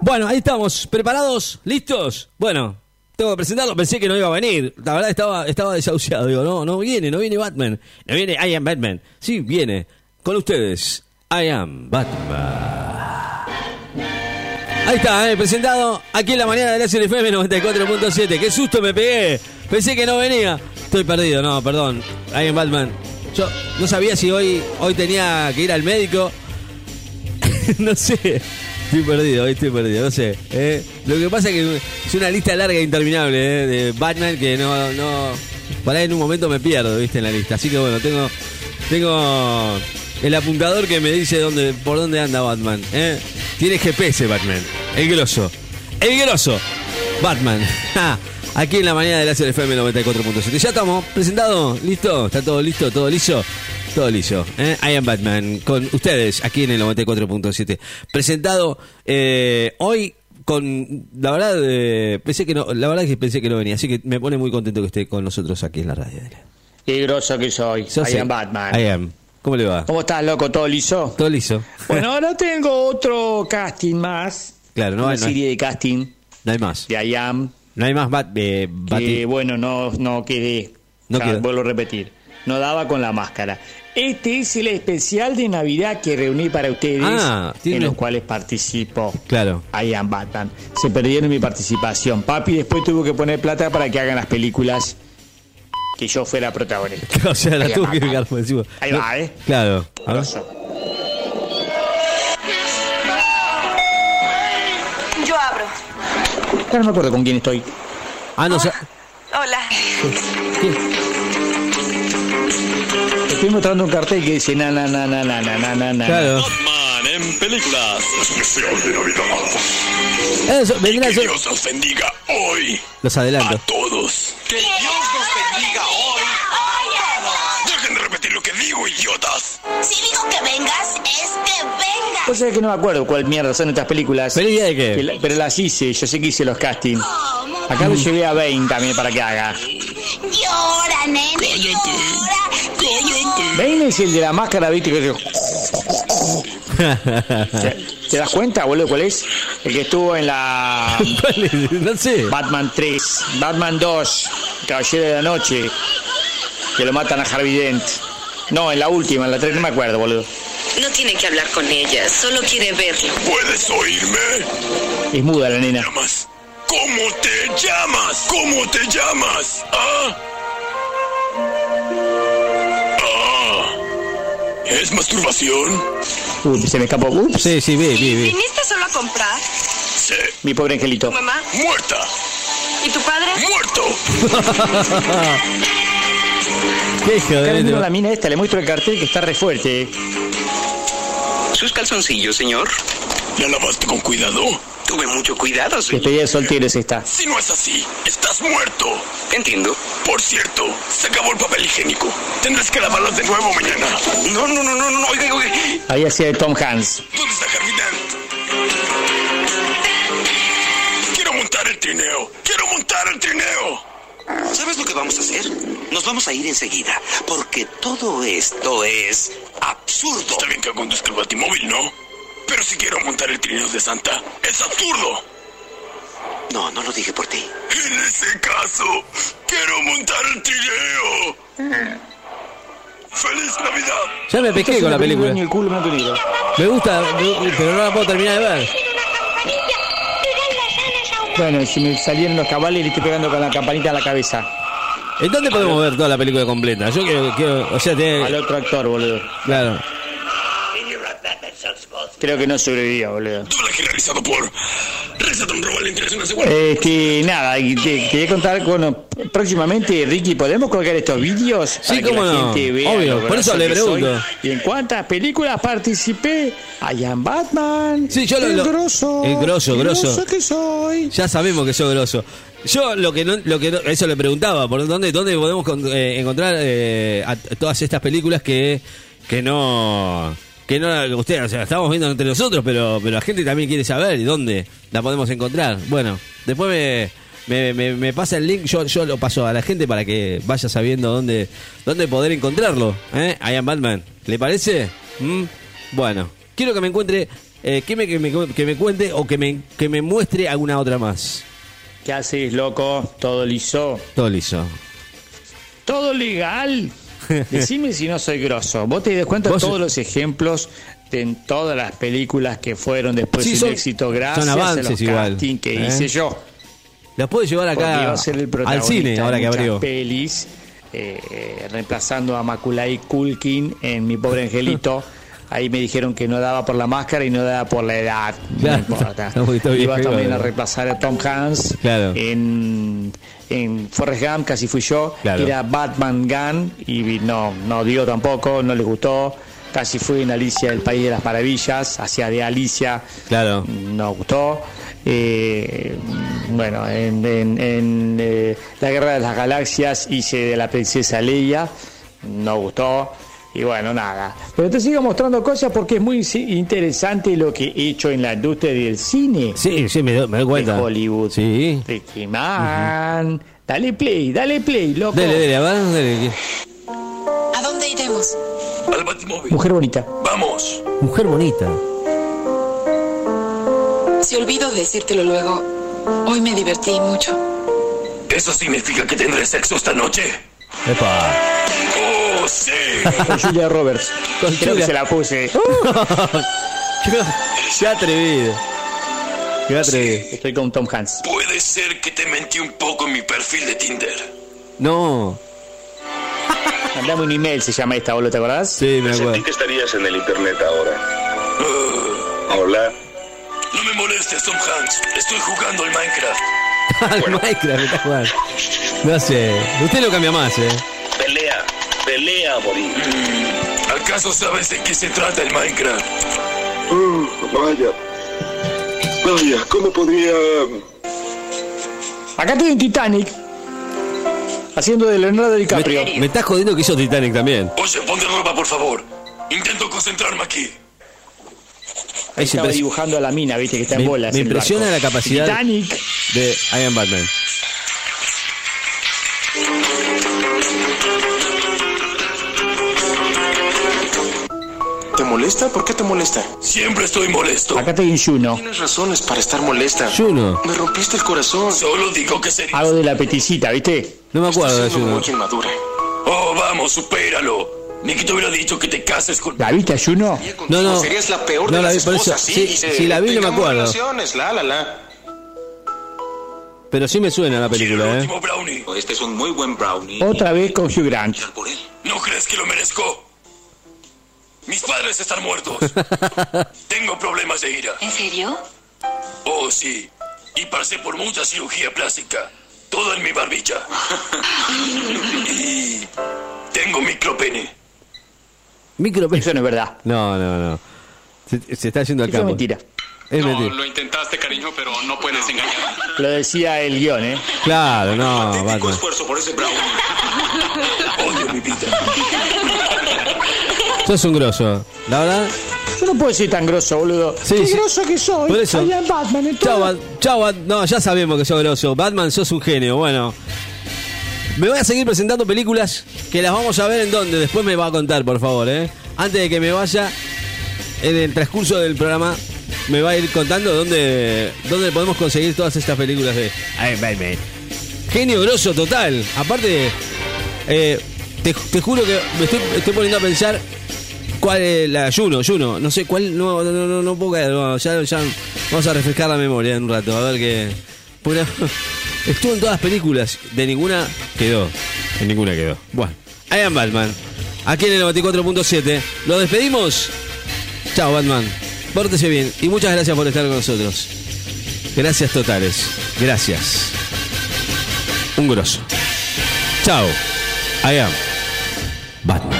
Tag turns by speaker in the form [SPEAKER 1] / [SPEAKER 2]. [SPEAKER 1] Bueno, ahí estamos. ¿Preparados? ¿Listos? Bueno, tengo que presentarlo. Pensé que no iba a venir. La verdad estaba, estaba desahuciado. Digo, no, no viene, no viene Batman. No viene I Am Batman. Sí, viene. Con ustedes, I Am Batman. Ahí está, eh, presentado aquí en la mañana de la FM 94.7. Qué susto me pegué. Pensé que no venía. Estoy perdido, no, perdón. I Am Batman. Yo no sabía si hoy, hoy tenía que ir al médico. no sé. Estoy perdido, hoy estoy perdido, no sé. eh. Lo que pasa es que es una lista larga e interminable eh, de Batman que no, no. Para en un momento me pierdo, viste, en la lista. Así que bueno, tengo. Tengo el apuntador que me dice dónde, por dónde anda Batman. eh. Tiene GPS Batman. El grosso. El grosso. Batman. Ja. Aquí en la mañana de la FM 94.7. Ya estamos, presentado, listo, está todo listo, todo liso. Todo liso. ¿eh? I am Batman con ustedes aquí en el 94.7. Presentado eh, hoy con la verdad eh, pensé que no, la verdad que pensé que no venía, así que me pone muy contento que esté con nosotros aquí en la radio.
[SPEAKER 2] Qué grosso que soy.
[SPEAKER 1] Sos
[SPEAKER 2] I
[SPEAKER 1] el-
[SPEAKER 2] am Batman.
[SPEAKER 1] I am. ¿Cómo le va?
[SPEAKER 2] ¿Cómo estás, loco? ¿Todo liso?
[SPEAKER 1] Todo liso.
[SPEAKER 2] Bueno, ahora tengo otro casting más.
[SPEAKER 1] Claro, no,
[SPEAKER 2] Una
[SPEAKER 1] hay- no hay-
[SPEAKER 2] serie de casting
[SPEAKER 1] no hay más.
[SPEAKER 2] de I am.
[SPEAKER 1] No hay más Bat, eh, Bati-
[SPEAKER 2] Que bueno, no, no quedé.
[SPEAKER 1] No
[SPEAKER 2] Ah,
[SPEAKER 1] quedó.
[SPEAKER 2] Vuelvo a repetir. No daba con la máscara. Este es el especial de Navidad que reuní para ustedes,
[SPEAKER 1] Ah, tiene-
[SPEAKER 2] en los cuales participo.
[SPEAKER 1] Claro.
[SPEAKER 2] I am Batman. Se perdieron mi participación. Papi después tuvo que poner plata para que hagan las películas que yo fuera protagonista.
[SPEAKER 1] O sea, la
[SPEAKER 2] Ahí
[SPEAKER 1] tuve
[SPEAKER 2] va,
[SPEAKER 1] que
[SPEAKER 2] va.
[SPEAKER 1] pegar por encima.
[SPEAKER 2] Ahí
[SPEAKER 1] No,
[SPEAKER 2] va, ¿eh?
[SPEAKER 1] Claro. A ver.
[SPEAKER 2] Grosso.
[SPEAKER 3] Yo abro.
[SPEAKER 2] Claro, no me acuerdo con quién estoy.
[SPEAKER 1] Ah, no, o sea,
[SPEAKER 3] Hola.
[SPEAKER 1] ¿qué?
[SPEAKER 2] Estoy mostrando un cartel que dice na na na na na na na na na.
[SPEAKER 1] Claro.
[SPEAKER 4] Batman en películas.
[SPEAKER 5] Deseos de Navidad.
[SPEAKER 1] Eso, vendrán eso-
[SPEAKER 5] Que Dios los bendiga hoy
[SPEAKER 1] Los
[SPEAKER 5] a
[SPEAKER 1] adelanto.
[SPEAKER 5] todos.
[SPEAKER 4] Que Dios los bendiga hoy.
[SPEAKER 5] Dejen de repetir lo que digo, idiotas.
[SPEAKER 3] Si digo que vengas, es que vengas.
[SPEAKER 1] Pues,
[SPEAKER 2] Vos sabés que no me acuerdo cuál mierda son estas películas.
[SPEAKER 1] ¿Feliz día de
[SPEAKER 2] Que
[SPEAKER 1] qué?
[SPEAKER 2] la- pero las hice, yo sé que hice los castings. Acá lo llevé a Bane también para que haga.
[SPEAKER 3] Llora, nene. Llora. Llora.
[SPEAKER 2] Bane es el de la máscara, viste que ¿Te, te das cuenta, boludo, cuál es? El que estuvo en la
[SPEAKER 1] ¿Cuál es? No sé.
[SPEAKER 2] Batman 3, Batman 2, Caballero de la Noche, que lo matan a Harvey Dent. No, en la última, en la 3, no me acuerdo, boludo.
[SPEAKER 6] No tiene que hablar con ella, solo quiere verlo.
[SPEAKER 5] ¿Puedes oírme?
[SPEAKER 2] Es muda la nena.
[SPEAKER 5] Llamas. ¿Cómo te llamas? ¿Cómo te llamas? ¿Ah? ¿Ah? ¿Es masturbación?
[SPEAKER 2] Uy, se me escapó. Ups.
[SPEAKER 1] Sí, sí, vi, vi, vi.
[SPEAKER 6] ¿Viniste solo a comprar?
[SPEAKER 5] Sí.
[SPEAKER 2] Mi pobre angelito.
[SPEAKER 1] Eh,
[SPEAKER 6] Mamá,
[SPEAKER 5] Muerta.
[SPEAKER 6] ¿y tu padre?
[SPEAKER 5] Muerto.
[SPEAKER 1] Qué hijo
[SPEAKER 2] Acá
[SPEAKER 1] de
[SPEAKER 2] le miro a la
[SPEAKER 1] dentro.
[SPEAKER 2] mina esta, le muestro el cartel que está re fuerte. eh.
[SPEAKER 4] ¿Sus calzoncillos, señor?
[SPEAKER 5] ¿La lavaste con cuidado?
[SPEAKER 4] Tuve mucho cuidado, señor.
[SPEAKER 2] Despedida de solteros está.
[SPEAKER 5] Si no es así, estás muerto.
[SPEAKER 4] Entiendo.
[SPEAKER 5] Por cierto, se acabó el papel higiénico. Tendrás que lavarlo de nuevo mañana.
[SPEAKER 4] No, no, no, no, no, oiga, oiga.
[SPEAKER 2] Ahí hacía de Tom Hanks.
[SPEAKER 5] ¿Dónde está Harvey Dent? Quiero montar el trineo. Quiero montar el trineo.
[SPEAKER 4] ¿Sabes lo que vamos a hacer? Nos vamos a ir enseguida, porque todo esto es absurdo.
[SPEAKER 5] Está bien que conduzca el batimóvil, ¿no? Pero si quiero montar el trineo de Santa, es absurdo.
[SPEAKER 4] No, no lo dije por ti.
[SPEAKER 5] En ese caso, quiero montar el trineo. ¡Feliz Navidad!
[SPEAKER 1] Ya me pesqué con la película.
[SPEAKER 2] Ni el culo me han tenido.
[SPEAKER 1] Me gusta, me- pero no la puedo terminar de ver.
[SPEAKER 2] Bueno, y si me salieron los cabales, le estoy pegando con la campanita a la cabeza.
[SPEAKER 1] ¿En dónde podemos ver toda la película completa? Yo quiero, quiero o sea,
[SPEAKER 2] Al
[SPEAKER 1] tiene,
[SPEAKER 2] otro actor, boludo.
[SPEAKER 1] claro.
[SPEAKER 2] Creo que no sobrevivió, boludo.
[SPEAKER 5] Doblaje realizado por Resatom Global International Seguridad.
[SPEAKER 2] Este, nada, y te quería contar, bueno, próximamente, Ricky, ¿podemos colgar estos vídeos?
[SPEAKER 1] Sí,
[SPEAKER 2] que
[SPEAKER 1] cómo
[SPEAKER 2] la
[SPEAKER 1] no.
[SPEAKER 2] gente vea
[SPEAKER 1] Obvio,
[SPEAKER 2] lo
[SPEAKER 1] por eso
[SPEAKER 2] grosso
[SPEAKER 1] le
[SPEAKER 2] que soy?
[SPEAKER 1] pregunto.
[SPEAKER 2] ¿Y en cuántas películas participé? I am Batman.
[SPEAKER 1] Sí, yo lo-
[SPEAKER 2] El
[SPEAKER 1] lo-
[SPEAKER 2] grosso.
[SPEAKER 1] el grosso,
[SPEAKER 2] el
[SPEAKER 1] grosso.
[SPEAKER 2] que soy.
[SPEAKER 1] Ya sabemos que sos grosso. Yo lo que no, lo que no- eso le preguntaba, ¿por dónde, dónde podemos con- eh, encontrar eh, a- todas estas películas que, que no que no usted, o sea, estamos viendo entre nosotros, pero pero la gente también quiere saber y dónde la podemos encontrar. Bueno, después me, me, me- me pasa el link, yo, yo lo paso a la gente para que vaya sabiendo dónde dónde poder encontrarlo, ¿eh? I am Batman. ¿Le parece? ¿Mm? Bueno, quiero que me encuentre Eh, que, me, que me- que me cuente o que me, que me muestre alguna otra más.
[SPEAKER 2] ¿Qué haces, loco? Todo liso.
[SPEAKER 1] Todo liso.
[SPEAKER 2] Todo legal. Decime si no soy grosso. Vos te das cuenta de
[SPEAKER 1] Vos-
[SPEAKER 2] todos los ejemplos de en todas las películas que fueron después
[SPEAKER 1] Sí,
[SPEAKER 2] un
[SPEAKER 1] son-
[SPEAKER 2] éxito
[SPEAKER 1] son
[SPEAKER 2] gracias a
[SPEAKER 1] avances
[SPEAKER 2] los
[SPEAKER 1] igual,
[SPEAKER 2] casting que
[SPEAKER 1] ¿eh?
[SPEAKER 2] hice yo.
[SPEAKER 1] Las puedes llevar
[SPEAKER 2] Porque
[SPEAKER 1] acá
[SPEAKER 2] iba a ser el
[SPEAKER 1] al
[SPEAKER 2] protagonista
[SPEAKER 1] cine,
[SPEAKER 2] de
[SPEAKER 1] ahora que
[SPEAKER 2] muchas
[SPEAKER 1] abrió.
[SPEAKER 2] pelis, eh, eh, reemplazando a Maculay Culkin en Mi Pobre Angelito. Ahí me dijeron que no daba por la máscara y no daba por la edad.
[SPEAKER 1] Claro,
[SPEAKER 2] no importa.
[SPEAKER 1] está un poquito viejo
[SPEAKER 2] Iba también a
[SPEAKER 1] igual.
[SPEAKER 2] reemplazar a Tom Hanks
[SPEAKER 1] Claro.
[SPEAKER 2] en, en Forrest Gump, casi fui yo.
[SPEAKER 1] Claro.
[SPEAKER 2] Era Batman Gun y no, no dio tampoco, no les gustó. Casi fui en Alicia, el País de las Maravillas, hacia de Alicia
[SPEAKER 1] Claro.
[SPEAKER 2] no gustó. Eh, bueno, en, en- en, eh, La Guerra de las Galaxias hice de la princesa Leia, no gustó. Y bueno, nada. Pero te sigo mostrando cosas porque es muy si- interesante lo que he hecho en la industria del cine
[SPEAKER 1] Sí, sí, me, doy- me doy
[SPEAKER 2] de
[SPEAKER 1] cuenta.
[SPEAKER 2] Hollywood.
[SPEAKER 1] Sí.
[SPEAKER 2] Ricky Man. Dale play, dale play, loco.
[SPEAKER 1] Dele, dele, a ver, dele.
[SPEAKER 7] ¿A dónde iremos?
[SPEAKER 5] Al Batmóvil.
[SPEAKER 2] Mujer bonita.
[SPEAKER 5] Vamos.
[SPEAKER 1] Mujer bonita.
[SPEAKER 7] Si olvido decírtelo luego, hoy me divertí mucho.
[SPEAKER 5] ¿Eso significa que tendré sexo esta noche?
[SPEAKER 1] Epa.
[SPEAKER 5] ¡Oh, sí!
[SPEAKER 2] Con Julia Roberts.
[SPEAKER 1] Con
[SPEAKER 2] Creo que
[SPEAKER 1] Julia.
[SPEAKER 2] se la puse.
[SPEAKER 1] Qué atrevido. Qué atrevido.
[SPEAKER 2] Estoy con Tom Hanks.
[SPEAKER 5] Puede ser que te mentí un poco en mi perfil de Tinder.
[SPEAKER 1] No.
[SPEAKER 2] Mandame un email, se llama esta, boludo, ¿te acordás?
[SPEAKER 1] Sí, me
[SPEAKER 8] Sentí
[SPEAKER 1] acuerdo.
[SPEAKER 8] que estarías en el internet ahora.
[SPEAKER 5] Ah,
[SPEAKER 8] Hola.
[SPEAKER 5] no me molestes, Tom Hanks. Estoy jugando al Minecraft.
[SPEAKER 1] Al Minecraft está jugando. No sé. Usted lo cambia más, ¿eh?
[SPEAKER 8] Pelea. Pelea a morir.
[SPEAKER 5] ¿Acaso sabes de qué se trata el Minecraft?
[SPEAKER 8] vaya. Vaya, ¿cómo podría...?
[SPEAKER 2] Acá estoy en Titanic. Haciendo de Leonardo DiCaprio.
[SPEAKER 1] Me, me está jodiendo que hizo Titanic también.
[SPEAKER 5] Oye, ponte ropa, por favor. Intento concentrarme aquí.
[SPEAKER 1] Ahí se
[SPEAKER 2] Estaba
[SPEAKER 1] impresiona
[SPEAKER 2] dibujando a la mina, viste, que está en
[SPEAKER 1] Me-
[SPEAKER 2] bolas.
[SPEAKER 1] me
[SPEAKER 2] en el
[SPEAKER 1] impresiona
[SPEAKER 2] barco.
[SPEAKER 1] la capacidad-
[SPEAKER 2] Titanic.
[SPEAKER 1] de I Am Batman.
[SPEAKER 8] ¿Te molesta? ¿Por qué te molesta?
[SPEAKER 5] Siempre estoy molesto.
[SPEAKER 2] Acá estoy en Juno.
[SPEAKER 8] Tienes razones para estar molesta.
[SPEAKER 1] Juno.
[SPEAKER 8] Me rompiste el corazón.
[SPEAKER 5] Solo digo que sería.
[SPEAKER 2] Hago de la peticita, viste.
[SPEAKER 1] No me acuerdo de
[SPEAKER 8] Estás siendo
[SPEAKER 1] Juno.
[SPEAKER 8] muy inmadura.
[SPEAKER 5] Oh, vamos, supéralo. Ni que te hubiera dicho que te cases con.
[SPEAKER 2] ¿La viste a Juno?
[SPEAKER 1] No, no.
[SPEAKER 8] Serías la peor
[SPEAKER 1] No
[SPEAKER 8] de
[SPEAKER 1] la vi,
[SPEAKER 8] las
[SPEAKER 1] por eso.
[SPEAKER 8] esposas,
[SPEAKER 1] Sí,
[SPEAKER 8] dice,
[SPEAKER 1] sí, la vi, no me
[SPEAKER 8] tengamos
[SPEAKER 1] acuerdo.
[SPEAKER 8] relaciones, la, la, la.
[SPEAKER 1] Pero sí me suena la
[SPEAKER 5] Quiero el
[SPEAKER 1] película, ¿eh?
[SPEAKER 5] último brownie.
[SPEAKER 8] Este es un muy buen brownie.
[SPEAKER 2] Otra vez con Hugh Grant.
[SPEAKER 8] Por él.
[SPEAKER 5] ¿No crees que lo merezco? Mis padres están muertos. Tengo problemas de ira.
[SPEAKER 3] ¿En serio?
[SPEAKER 5] Oh, sí. Y pasé por mucha cirugía plástica. Todo en mi barbilla. y tengo micropene.
[SPEAKER 1] Micro.
[SPEAKER 2] Eso no es verdad.
[SPEAKER 1] No, no, no. Se, se está yendo al
[SPEAKER 2] Eso es
[SPEAKER 1] campo.
[SPEAKER 2] mentira.
[SPEAKER 1] Es mentira.
[SPEAKER 8] intentaste, cariño, pero no puedes engañar. Ah,
[SPEAKER 2] Lo decía el guión, ¿eh?
[SPEAKER 1] Claro, no,
[SPEAKER 8] Técnico
[SPEAKER 1] Batman.
[SPEAKER 8] esfuerzo por ese brownie.
[SPEAKER 5] Odio mi vida.
[SPEAKER 1] Sos un grosso. La verdad.
[SPEAKER 2] Yo no puedo ser tan grosso, boludo.
[SPEAKER 1] Sí,
[SPEAKER 2] Qué
[SPEAKER 1] sí.
[SPEAKER 2] grosso que soy.
[SPEAKER 1] Por eso.
[SPEAKER 2] Soy el Batman, en
[SPEAKER 1] Chau,
[SPEAKER 2] todo.
[SPEAKER 1] Bat- chau, Bat- No, ya sabemos que sos grosso. Batman, sos un genio. Bueno. Me voy a seguir presentando películas que las vamos a ver en donde. Después me va a contar, por favor, ¿eh? Antes de que me vaya, en el transcurso del programa, me va a ir contando dónde, dónde podemos conseguir todas estas películas de Iron Batman. Genio grosso total. Aparte, eh, te, te juro que me estoy, estoy poniendo a pensar cuál es la Juno, Juno. No sé cuál, no, no, no, no, no puedo caer. Bueno, ya, ya vamos a refrescar la memoria en un rato, a ver qué. Pura- estuvo en todas las películas, de ninguna quedó. De ninguna quedó. Bueno, I am Batman. Aquí en el 94.7. Lo despedimos. Chao, Batman. Pórtese bien y muchas gracias por estar con nosotros. Gracias totales. Gracias. Un grosso. Chao. I am Batman.